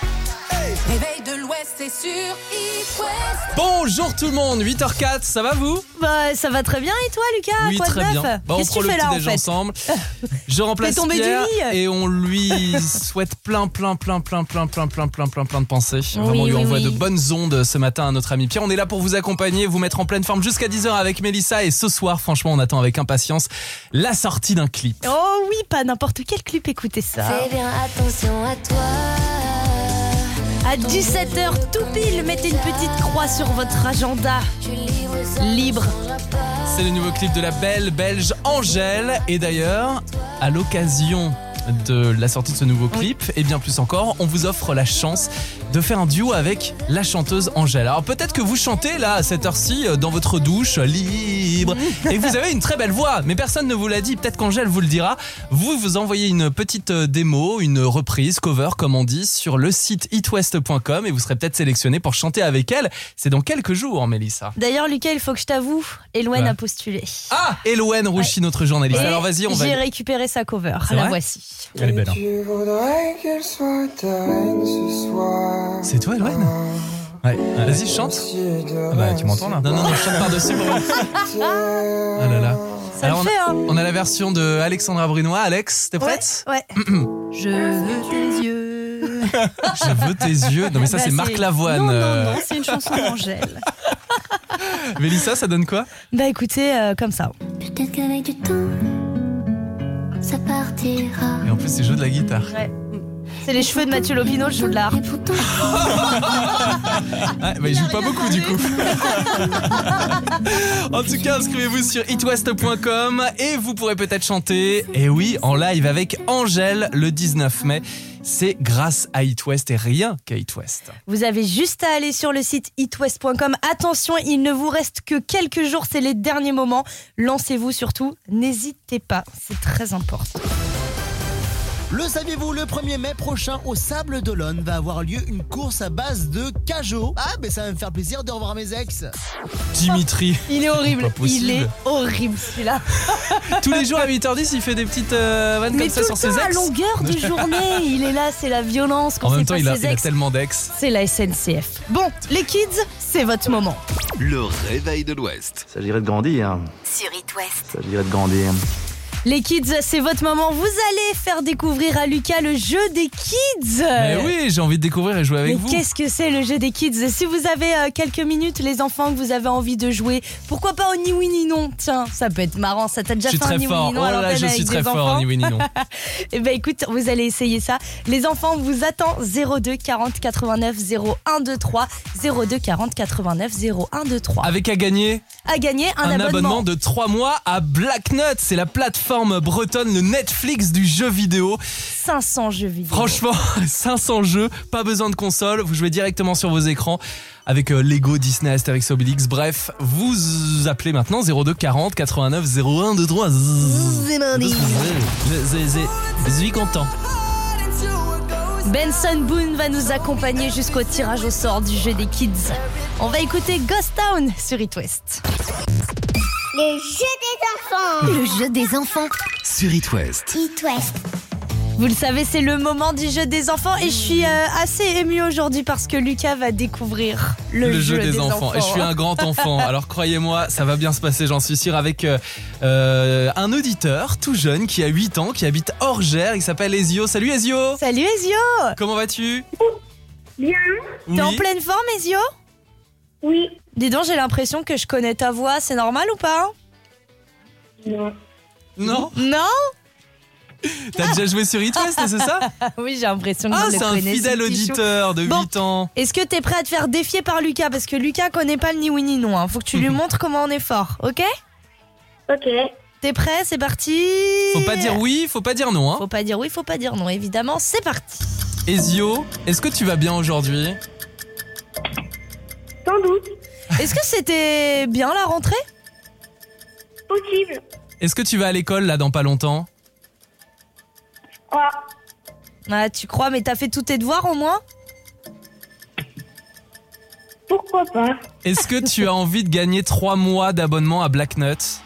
Réveil de l'Ouest, c'est sur It West.
Bonjour tout le monde, 8h04, ça va vous
Bah, ça va très bien et toi, Lucas
Oui,
Quoi
très
de
bien. Bah,
neuf
on
Qu'est-ce que
prend
tu
le
fais là
petit
en
déj
fait
ensemble. Je remplace
T'es tombé du
Pierre
lit.
et on lui souhaite plein, plein, plein, plein, plein, plein, plein, plein, plein, plein de pensées. Vraiment, on
Oui,
lui
oui,
envoie
oui.
de bonnes ondes ce matin à notre ami Pierre. On est là pour vous accompagner, vous mettre en pleine forme jusqu'à 10h avec Mélissa. Et ce soir, franchement, on attend avec impatience la sortie d'un clip.
Oh oui, pas n'importe quel clip, écoutez ça.
Fais Eh bien attention à toi.
À 17h tout pile, mettez une petite croix sur votre agenda.
Tu livres ça,
Libre.
on changera pas.
C'est le nouveau clip de la belle belge Angèle. Et d'ailleurs, à l'occasion de la sortie de ce nouveau clip, et bien plus encore, on vous offre la chance de faire un duo avec la chanteuse Angèle. Alors peut-être que vous chantez là à cette heure-ci euh, dans votre douche euh, libre et que vous avez une très belle voix, mais personne ne vous l'a dit, peut-être qu'Angèle vous le dira. Vous vous envoyez une petite euh, démo, une reprise, cover comme on dit, sur le site itwest.com et vous serez peut-être sélectionné pour chanter avec elle. C'est dans quelques jours, Mélissa.
D'ailleurs, Lucas, il faut que je t'avoue, Eloine
Ouais.
a postulé.
Ah, Elouen Rouchi, notre journaliste.
Et
Alors vas-y, on va.
J'ai récupéré sa cover,
C'est
la
vrai
voici.
Elle est belle. hein.
Je voudrais qu'elle soit ta reine ce soir.
C'est toi, Elouen Ouais. Vas-y, chante. Ah bah, tu m'entends là Non, non, non, je chante par-dessus. pardon. Ah là là.
Ça
Alors,
le fait, hein
On a la version de Alexandra Brunois. Alex, t'es prête
Ouais. je veux tes yeux.
Je veux tes yeux. Non, mais ça,
Bah,
c'est Marc Lavoine.
Non, non,
euh.
non, c'est une chanson d'Angèle.
Mélissa, ça donne quoi
bah écoutez, euh, comme ça.
Peut-être qu'avec du temps, ça partira.
Et en plus, c'est jeu de la guitare.
C'est les cheveux de Mathieu Lopino, je joue de l'art.
Et pourtant,
Ouais, bah, il joue pas beaucoup du coup. en tout cas, inscrivez-vous sur itwest.com et vous pourrez peut-être chanter, et oui, en live avec Angèle le 19 mai. C'est grâce à itwest et rien qu'à itwest.
Vous avez juste à aller sur le site itwest.com. Attention, il ne vous reste que quelques jours, c'est les derniers moments. Lancez-vous surtout, n'hésitez pas, c'est très important.
Le saviez-vous, le 1er mai prochain au Sable d'Olonne va avoir lieu une course à base de cajots. Ah, ben ça va me faire plaisir de revoir mes ex.
Dimitri,
Il est horrible,
Pas possible.
il est horrible celui-là.
tous les jours à 8h10, il fait des petites euh, vannes
Mais
comme
tout
ça
le
sur ses
temps, à
ex.
longueur de journée, il est là, c'est la violence quand
En même
c'est
temps,
pas
il a,
ses
il a
ex.
tellement d'ex.
C'est la SNCF. Bon, les kids, c'est votre moment.
Le réveil de l'Ouest.
Ça dirait de grandir.
Sur It West.
Ça dirait de grandir.
Les kids, c'est votre moment. Vous allez faire découvrir à Lucas le jeu des kids.
Mais oui, j'ai envie de découvrir et jouer avec
Mais
vous.
qu'est-ce que c'est le jeu des kids Si vous avez euh, quelques minutes, les enfants, que vous avez envie de jouer, pourquoi pas au ni oui ni non Tiens, ça peut être marrant. Ça t'a
Je
déjà
suis
fait un
très
ni oui
fort.
ni
Oh
non à
là là,
l'antenne
je
avec
suis très
des
fort
enfants
en ni oui ni non.
Eh ben écoute, vous allez essayer ça. Les enfants, on vous attend 02 40 89 01 23 02 40 89 01 23.
Avec à gagner
À gagner un,
un abonnement de 3 mois à Black Nut. C'est la plateforme bretonne, le Netflix du jeu vidéo.
500 jeux vidéo.
Franchement, 500 jeux, pas besoin de console, vous jouez directement sur vos écrans avec euh, Lego, Disney, Astérix, Obélix. Bref, vous appelez maintenant 02 40 89 01 23. Je suis content.
Benson Boone va nous accompagner jusqu'au tirage au sort du jeu des kids. On va écouter Ghost Town sur It West.
le jeu des enfants.
Le jeu des enfants.
Sur It West.
It West.
Vous le savez, c'est le moment du jeu des enfants et je suis euh, assez émue aujourd'hui parce que Lucas va découvrir le,
jeu, des, enfants. Et je suis un grand enfant. Alors croyez-moi, ça va bien se passer, j'en suis sûr, avec euh, euh, un auditeur tout jeune qui a 8 ans, qui habite Orgère, il s'appelle Ezio. Salut Ezio
Salut Ezio
Comment vas-tu
Bien.
T'es en
Oui.
pleine forme Ezio
Oui.
Dis donc, j'ai l'impression que je connais ta voix, c'est normal ou pas hein
Non.
Non
Non
T'as déjà joué sur It West, c'est ça
Oui, j'ai l'impression que
Ah,
je le
c'est un
connais. ce
fidèle
petit chou.
auditeur de
Bon.
8 ans.
Est-ce que t'es prêt à te faire défier par Lucas Parce que Lucas connaît pas le ni oui ni non. hein. Faut que tu
Mhm.
lui montres comment on est fort, ok
Ok.
T'es prêt C'est parti
Faut pas dire oui, faut pas dire non. Hein.
Faut pas dire oui, faut pas dire non, évidemment. C'est parti
Ezio, est-ce que tu vas bien aujourd'hui
Sans doute.
Est-ce que c'était bien la rentrée
Possible.
Est-ce que tu vas à l'école là dans pas longtemps
Ah.
Ah, tu crois, mais t'as fait tous tes devoirs au moins
Pourquoi
pourquoi pas
Est-ce que tu as envie de gagner 3 mois d'abonnement à Black Nut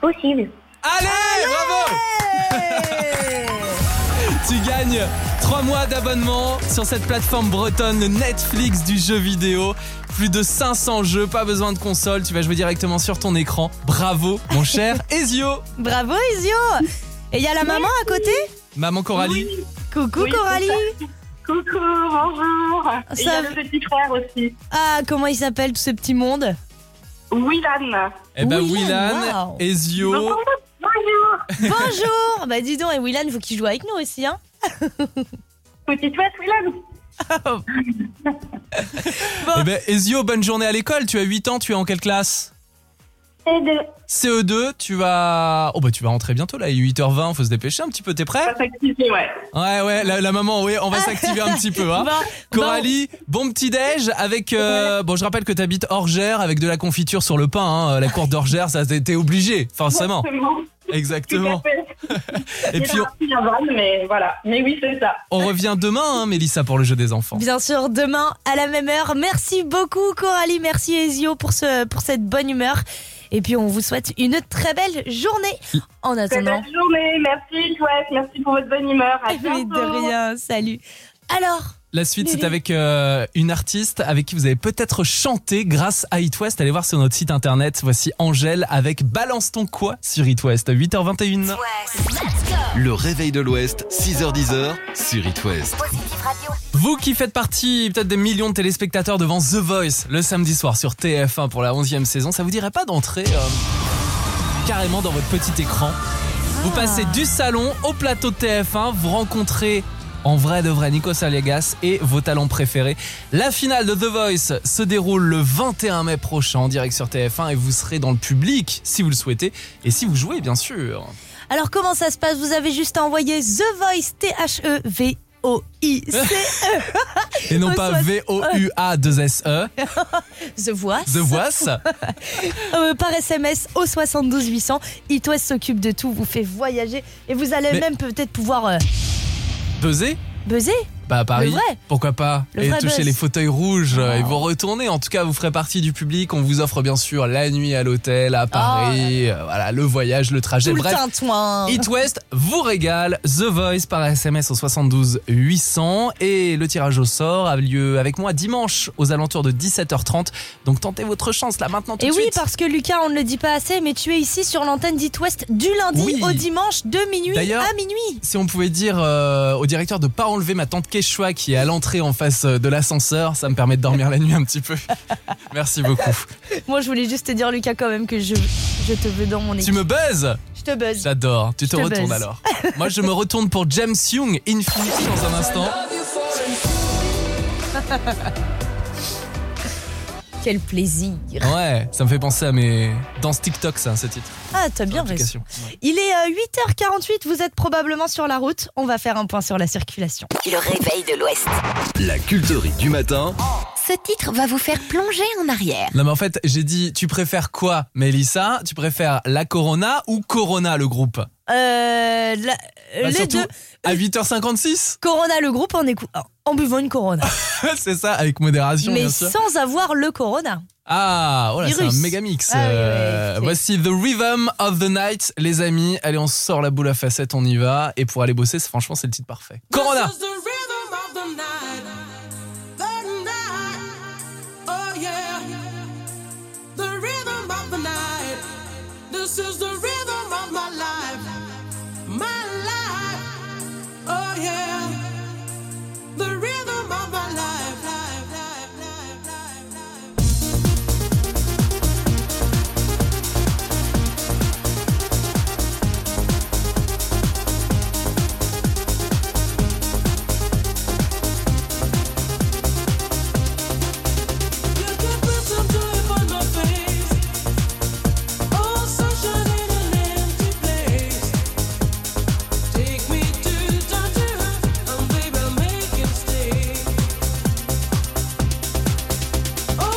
Possible.
Allez, bravo Tu gagnes 3 mois d'abonnement sur cette plateforme bretonne, le Netflix du jeu vidéo. Plus de 500 jeux, pas besoin de console, tu vas jouer directement sur ton écran. Bravo, mon cher Ezio
Bravo Ezio Et il y a la maman à côté
Maman Coralie
Coucou
Oui, c'est
Coralie
ça. Coucou, bonjour. Et Il y
Ça
a
va.
le petit frère aussi.
Ah, comment il s'appelle tout ce petit monde
Willan.
Eh ben,
Willan,
Willan,
wow.
Ezio.
Bonjour.
Bonjour Bah dis donc, et Willan, faut qu'il joue avec nous aussi, hein
Petite fête, Willan.
Eh ben, Ezio, bonne journée à l'école. Tu as 8 ans, tu es en quelle classe
Et de...
CE2, tu vas. Oh, bah, tu vas rentrer bientôt là, il est 8h20, faut se dépêcher un petit peu, t'es prêt
s'activer, ouais.
Ouais, ouais, la, la maman, oui, on va s'activer un petit
Ah.
peu. Hein.
Bah,
Coralie, bon petit déj avec. euh, Bon, je rappelle que t'habites Orgère avec de la confiture sur le pain, hein, la cour d'Orgère, ça t'es t'es obligé, forcément.
Exactement.
Exactement.
Tout à fait.
Et
Il y
puis,
a
on,
un petit aval, mais voilà. Mais oui, c'est ça.
on revient demain, hein, Mélissa, pour le jeu des enfants.
Bien sûr, demain à la même heure. Merci beaucoup Coralie, merci Ezio pour, ce, pour cette bonne humeur. Et puis on vous souhaite une très belle journée. En
Très
attendant,
belle journée. Merci, chouette. Merci pour votre bonne humeur. À
mais de
bientôt.
rien, salut. Alors,
La suite, c'est avec euh, une artiste avec qui vous avez peut-être chanté grâce à It West. Allez voir sur notre site internet. Voici Angèle avec Balance ton quoi sur It West, 8h21.
Le réveil de l'Ouest, 6h10 sur It West.
Vous qui faites partie peut-être des millions de téléspectateurs devant The Voice le samedi soir sur TF1 pour la 11e saison, ça vous dirait pas d'entrer euh, carrément dans votre petit écran Vous
Ah.
passez du salon au plateau de TF1, vous rencontrez en vrai de vrai Nikos Aliagas et vos talents préférés. La finale de The Voice se déroule le 21 mai prochain en direct sur TF1 et vous serez dans le public si vous le souhaitez et si vous jouez bien sûr.
alors comment ça se passe Vous avez juste à envoyer The Voice T H E V O I C
Et non
Au
pas
soit-
V-O-U-A-2-S-E,
The Voice.
E, The Voice.
Euh, par SMS au 72 800. It West s'occupe de tout, vous fait voyager et vous allez
Mais-
même peut-être pouvoir euh,
Buzzer
buzzer.
Bah à Paris,
Le vrai.
pourquoi pas
Le
Et
vrai
toucher
buzz. Oh.
les fauteuils rouges euh, et vous retourner. En tout cas, vous ferez partie du public. On vous offre bien sûr la nuit à l'hôtel à Paris, euh, voilà le voyage, le trajet.
Oh Tout le hein.
Bref,
tintouin.
It West vous régale. The Voice par SMS au 72 800 et le tirage au sort a lieu avec moi dimanche aux alentours de 17h30. Donc tentez votre chance là maintenant tout
Et
de
oui,
suite.
parce que Lucas, on ne le dit pas assez, mais tu es ici sur l'antenne d'It West du lundi
Oui.
au dimanche de minuit
D'ailleurs-
à minuit.
si on pouvait dire euh, au directeur de pas enlever ma tante Quechua qui est à l'entrée en face euh, de l'ascenseur, ça me permet de dormir la nuit un petit peu. Merci beaucoup.
Moi, je voulais juste te dire, Lucas, quand même, que je, je te veux dans mon équipe.
Tu me buzzes
Je te buzz.
J'adore. Tu te
te
retournes
buzz.
alors. Moi, je me retourne pour James Young, Infinity, dans un instant.
Quel plaisir.
Ouais, ça me fait penser à mes danses TikTok, ça, ce titre.
Ah, t'as bien raison.
Application. Ouais.
Il est euh, 8h48, vous êtes probablement sur la route. On va faire un point sur la circulation.
Le réveil de l'Ouest.
La culterie du matin.
Ce titre va vous faire plonger en arrière.
Non, mais en fait, j'ai dit, tu préfères quoi, Mélissa Tu préfères la Corona ou Corona, le groupe
Euh, la-
Bah,
les
surtout
deux.
À 8h56
Corona, le groupe, en, écou- en buvant une Corona.
C'est ça, avec modération,
mais
bien sûr.
sans avoir le Corona.
Ah, voilà, c'est un
Virus.
méga mix.
Ah oui, oui, oui,
Euh,
c'est-
voici The Rhythm of the Night, les amis. Allez, on sort la boule à facettes, on y va. Et pour aller bosser, c'est- franchement, c'est le titre parfait. Corona
Oh, Oh,
You can put some joy upon my face. Oh, sunshine in the night. Oh,
Oh,
Oh, Oh,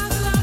Oh,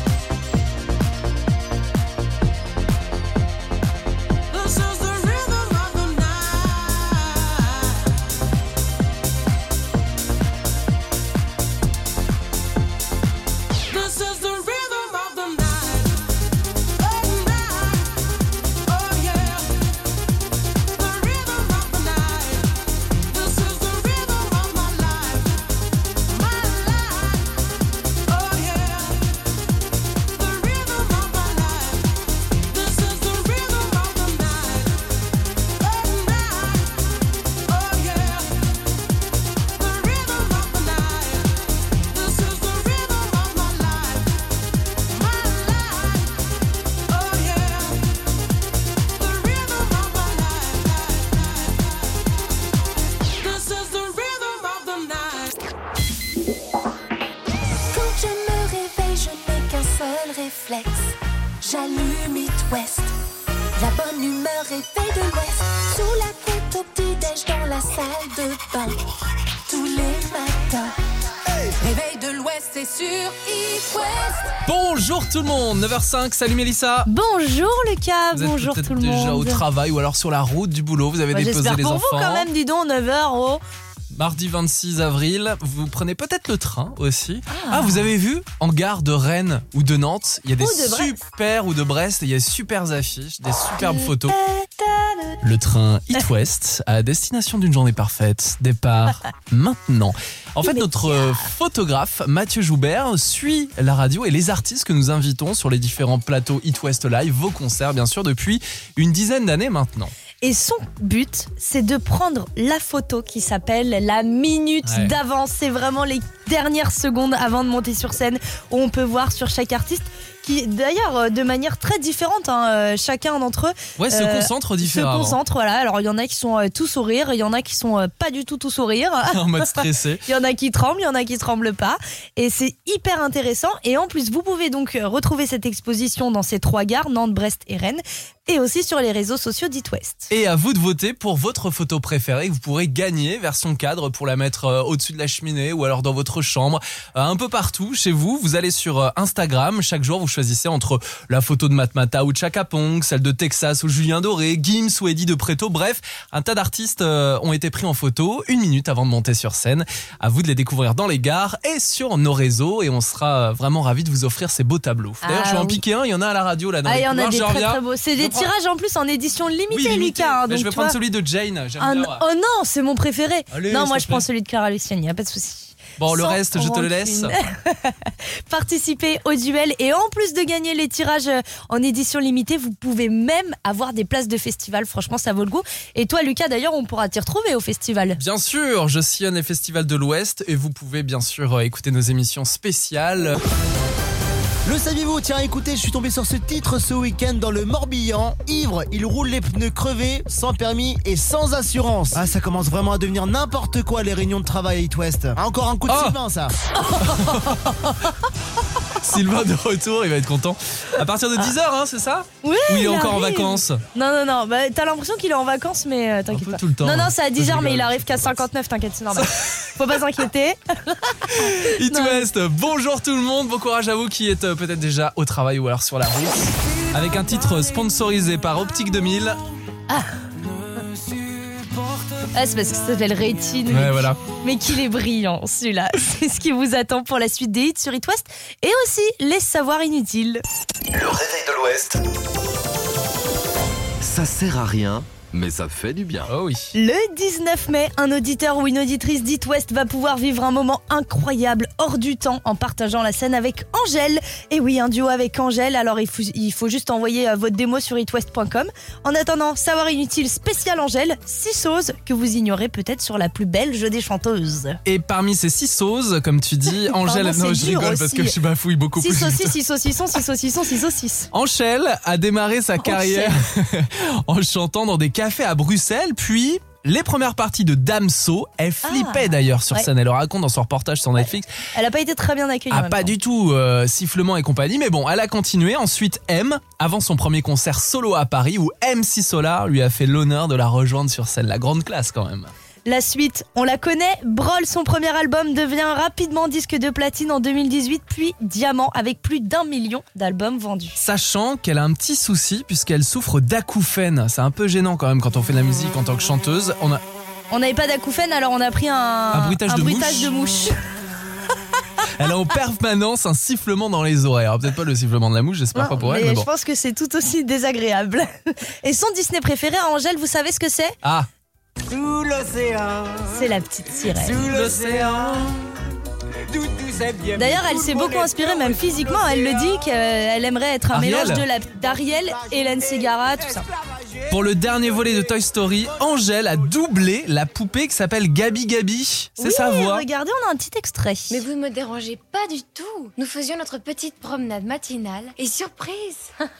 Oh, Oh, Oh, Oh, Oh,
J'allume It West. La bonne humeur réveille de l'Ouest. Sous la tête au petit-déj dans la salle de bain. Tous les matins. Réveil de l'Ouest, c'est sur It West.
Bonjour tout le monde, 9h05, salut Mélissa.
Bonjour Lucas,
Vous êtes
bonjour
peut-être
tout le
déjà au
monde.
travail ou alors sur la route du boulot, vous avez
Bah,
déposé
J'espère
les
pour
enfants.
vous quand même, dis donc, 9h, oh.
Mardi 26 avril, vous prenez peut-être le train aussi. Ah, vous avez vu En gare de Rennes ou de Nantes, il y a des
de Brest.
super ou de Brest, il y a des super affiches, des superbes photos. Le train It West à destination d'une journée parfaite. Départ maintenant. En fait, notre euh, photographe Mathieu Joubert suit la radio et les artistes que nous invitons sur les différents plateaux It West Live, vos concerts bien sûr, depuis une dizaine d'années maintenant.
Et son but, c'est de prendre la photo qui s'appelle la minute
Ouais.
d'avance. C'est vraiment les dernières secondes avant de monter sur scène où on peut voir sur chaque artiste qui, d'ailleurs, euh, de manière très différente, hein, euh, chacun d'entre eux.
Ouais, Euh, se concentre différemment.
Se concentre, voilà. Alors, il y en a qui sont euh, tous au rire, il y en a qui sont euh, pas du tout tous au rire.
En mode stressé.
Il y en a qui tremblent, il y en a qui tremblent pas. Et c'est hyper intéressant. Et en plus, vous pouvez donc euh, retrouver cette exposition dans ces trois gares, Nantes, Brest et Rennes, et aussi sur les réseaux sociaux d'It West.
Et à vous de voter pour votre photo préférée que vous pourrez gagner version cadre pour la mettre euh, au-dessus de la cheminée ou alors dans votre chambre, euh, un peu partout chez vous. Vous allez sur euh, Instagram, chaque jour vous choisissez entre la photo de Matmata ou de Chaka Pong, celle de Texas ou Julien Doré, Gims ou Eddie de Preto, bref, un tas d'artistes euh, ont été pris en photo une minute avant de monter sur scène. À vous de les découvrir dans les gares et sur nos réseaux et on sera euh, vraiment ravis de vous offrir ces beaux tableaux. D'ailleurs,
Ah
je vais en
oui.
piquer un, il y en a à la radio là dans
Ah,
les
il y en a
couloirs,
des
je
très
reviens.
très beaux. C'est des
prends-
tirages en plus en édition
Oui,
limitée,
limité.
Lucas. hein,
Mais
donc,
je vais
tu
prendre
vois.
celui de Jane, j'aime bien,
Ah non-
moi.
oh non, c'est mon préféré.
Allez,
non,
s'il
moi
te
je
plaît.
prends celui de Clara Luciani, y a pas de souci.
Bon, le
Sans
reste, je te le laisse.
rancune. Participez au duel et en plus de gagner les tirages euh, en édition limitée, vous pouvez même avoir des places de festival. Franchement, ça vaut le goût. Et toi, Lucas, d'ailleurs, on pourra t'y retrouver au festival.
Bien sûr, je sillonne les festivals de l'Ouest et vous pouvez bien sûr euh, écouter nos émissions spéciales.
Le saviez-vous Tiens, écoutez, je suis tombé sur ce titre ce week-end dans le Morbihan. Ivre, il roule les pneus crevés, sans permis et sans assurance. Ah, ça commence vraiment à devenir n'importe quoi les réunions de travail à It West. Ah, Encore un coup de
Oh
Sylvain, ça.
Sylvain de retour, il va être content. À partir de 10h, hein, c'est ça
Ouais,
Ou il est
Ah. il
encore en
arrive.
vacances
Non, non, non. Bah, T'as l'impression qu'il est en vacances, mais euh, t'inquiète pas.
tout le temps,
non, non,
hein.
c'est à
Je
10h, mais
rigole,
il arrive qu'à 59, t'inquiète, c'est normal. Faut pas s'inquiéter.
It West, bonjour tout le monde, bon courage à vous qui êtes euh, peut-être déjà au travail ou alors sur la route. Avec un titre sponsorisé par Optique 2000.
Ah, c'est parce que ça s'appelle Rétine.
Ouais, voilà.
Mais qu'il est brillant, celui-là. C'est ce qui vous attend pour la suite des hits sur It West et aussi les savoirs inutiles.
Le réveil de l'Ouest. Ça sert à rien, mais ça fait du bien.
Oh oui.
Le 19 mai, un auditeur ou une auditrice d'It West va pouvoir vivre un moment incroyable, hors du temps, en partageant la scène avec Angèle. Et oui, un duo avec Angèle. Alors, il faut, il faut juste envoyer euh, votre démo sur itwest.com. En attendant, savoir inutile spécial Angèle, six choses que vous ignorez peut-être sur la plus belle jeu des chanteuses.
Et parmi ces six sauces, comme tu dis, Angèle,
Pardon,
non,
c'est
je
dur
rigole parce
aussi.
que je bafouille beaucoup
Six
plus. vite.
saucisses, six saucissons, six saucissons, six saucisses.
Angèle a démarré sa carrière en chantant dans des cafés à Bruxelles, puis les premières parties de Damso. Elle flippait d'ailleurs sur
Ah, ouais.
scène. Elle le raconte dans son reportage sur Netflix.
Elle a pas été très bien accueillie. en
Ah,
même
pas
temps.
du tout, euh, sifflement et compagnie. Mais bon, elle a continué. Ensuite, M, avant son premier concert solo à Paris, où MC Solar lui a fait l'honneur de la rejoindre sur scène. La grande classe quand même.
La suite, on la connaît. Brol, son premier album, devient rapidement disque de platine en 2018, puis diamant avec plus d'un million d'albums vendus.
Sachant qu'elle a un petit souci puisqu'elle souffre d'acouphènes. C'est un peu gênant quand même quand on fait de la musique en tant que chanteuse. On a...
On n'avait pas d'acouphène, alors on a pris un,
Un bruitage de mouche.
de mouche.
Elle a en permanence un sifflement dans les oreilles. Alors peut-être pas le sifflement de la mouche, j'espère Ah, pas pour elle,
mais
mais bon.
je pense que c'est tout aussi désagréable. Et son Disney préféré, Angèle, vous savez ce que c'est
Ah,
Sous l'océan. C'est la petite sirène.
Sous l'océan. d'où tout ça vient.
D'ailleurs, elle s'est beaucoup inspirée, même physiquement. Elle le dit qu'elle aimerait être un
Ariel.
mélange de la d'Ariel, Hélène Segara, tout ça.
Pour le dernier volet de Toy Story, Angèle a doublé la poupée qui s'appelle Gabi Gabi. C'est
Oui,
sa voix.
Regardez, on a un petit extrait.
Mais vous ne me dérangez pas du tout. Nous faisions notre petite promenade matinale et surprise,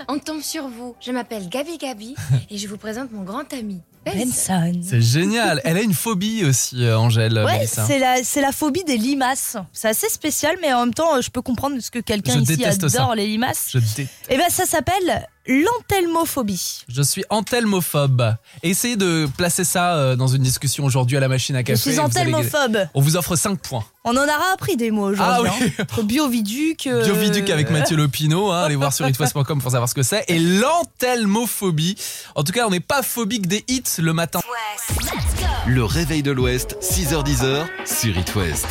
on tombe sur vous. Je m'appelle Gabi Gabi et je vous présente mon grand ami,
Ben Benson.
Eh, C'est génial. Elle a une phobie aussi, euh, Angèle.
Ouais,
Mélissa.
c'est la, c'est la phobie des limaces. C'est assez spécial, mais en même temps, euh, je peux comprendre ce que quelqu'un
Je
ici
déteste
adore
ça.
les limaces.
Je déteste.
Et ben, ça s'appelle l'entelmophobie.
Je suis entelmophobe. Essayez de placer ça euh, dans une discussion aujourd'hui à la machine à
Je
café.
suis
et vous allez-
entelmophobe.
On vous offre 5 points.
On en aura appris des mots aujourd'hui.
Ah oui.
hein. Entre Bioviduc. euh,
Bioviduc avec Mathieu Lopino, hein, allez voir sur itwest.com pour savoir ce que c'est. Et l'entelmophobie. En tout cas, on n'est pas phobique des hits le matin.
Le réveil de l'Ouest, 6h10 sur It West.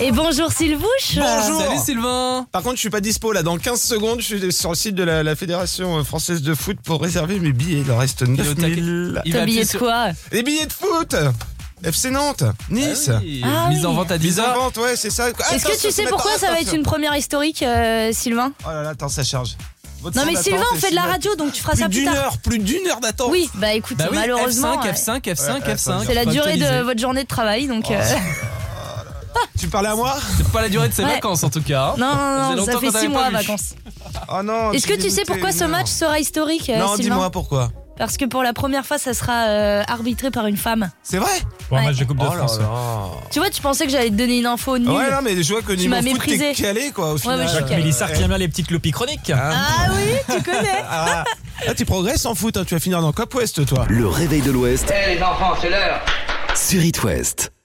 Et bonjour Sylvouche.
Bonjour
Ah. Salut Sylvain
Par contre, je suis pas dispo là. Dans 15 secondes, je suis sur le site de la, la Fédération Française de Foot pour réserver mes billets. Il en reste
est au
9000.
taquet. Il va T'as billet appuyer de sur-
quoi
Les billets de foot FC Nantes, Nice.
oui. Ah Mise en oui. vente à
Mise
10 heures.
en vente, ouais, c'est ça.
Est-ce que tu sais pourquoi ça va être une première historique, euh, Sylvain
Oh là là, attends, ça charge. Votre
Non
temps
mais
d'attente
Sylvain, on
est
fait de la
si mal.
radio, donc tu feras ça plus
d'une
tard.
heure, plus d'une heure d'attente.
Oui, bah écoute,
Bah oui,
malheureusement.
F5, F5, F5,
Ouais,
F5.
C'est la durée de
Actualisé.
votre journée de travail, donc.
Oh,
euh,
Tu parlais à moi
C'est pas la durée de ses
Ouais.
vacances en tout cas. hein.
Non, non, non,
faisait
ça
longtemps
fait
qu'on
6
t'avait
mois
pas
à
vu.
vacances.
Oh non.
Est-ce que tu sais
limité,
pourquoi ce
non.
match sera historique, euh,
Non,
Sylvain
dis-moi pourquoi.
Parce que pour la première fois, ça sera euh, arbitré par une femme.
C'est vrai
Pour un Ouais. match
de Coupe
de
oh là
France.
là.
Tu vois, tu pensais que j'allais te donner une info nulle.
Ouais, non, mais je vois que
Tu
niveau
m'as
foot,
méprisé.
t'es calé, quoi, au
Ouais,
final.
ouais, je suis Jacques calé. Mélissard qui aime
bien les petites lopies chroniques.
Ah oui, tu connais.
Ah, ah, tu progresses en foot, hein, tu vas finir dans Cop West, toi.
Le réveil de l'Ouest
Eh les enfants, c'est l'heure
sur It West.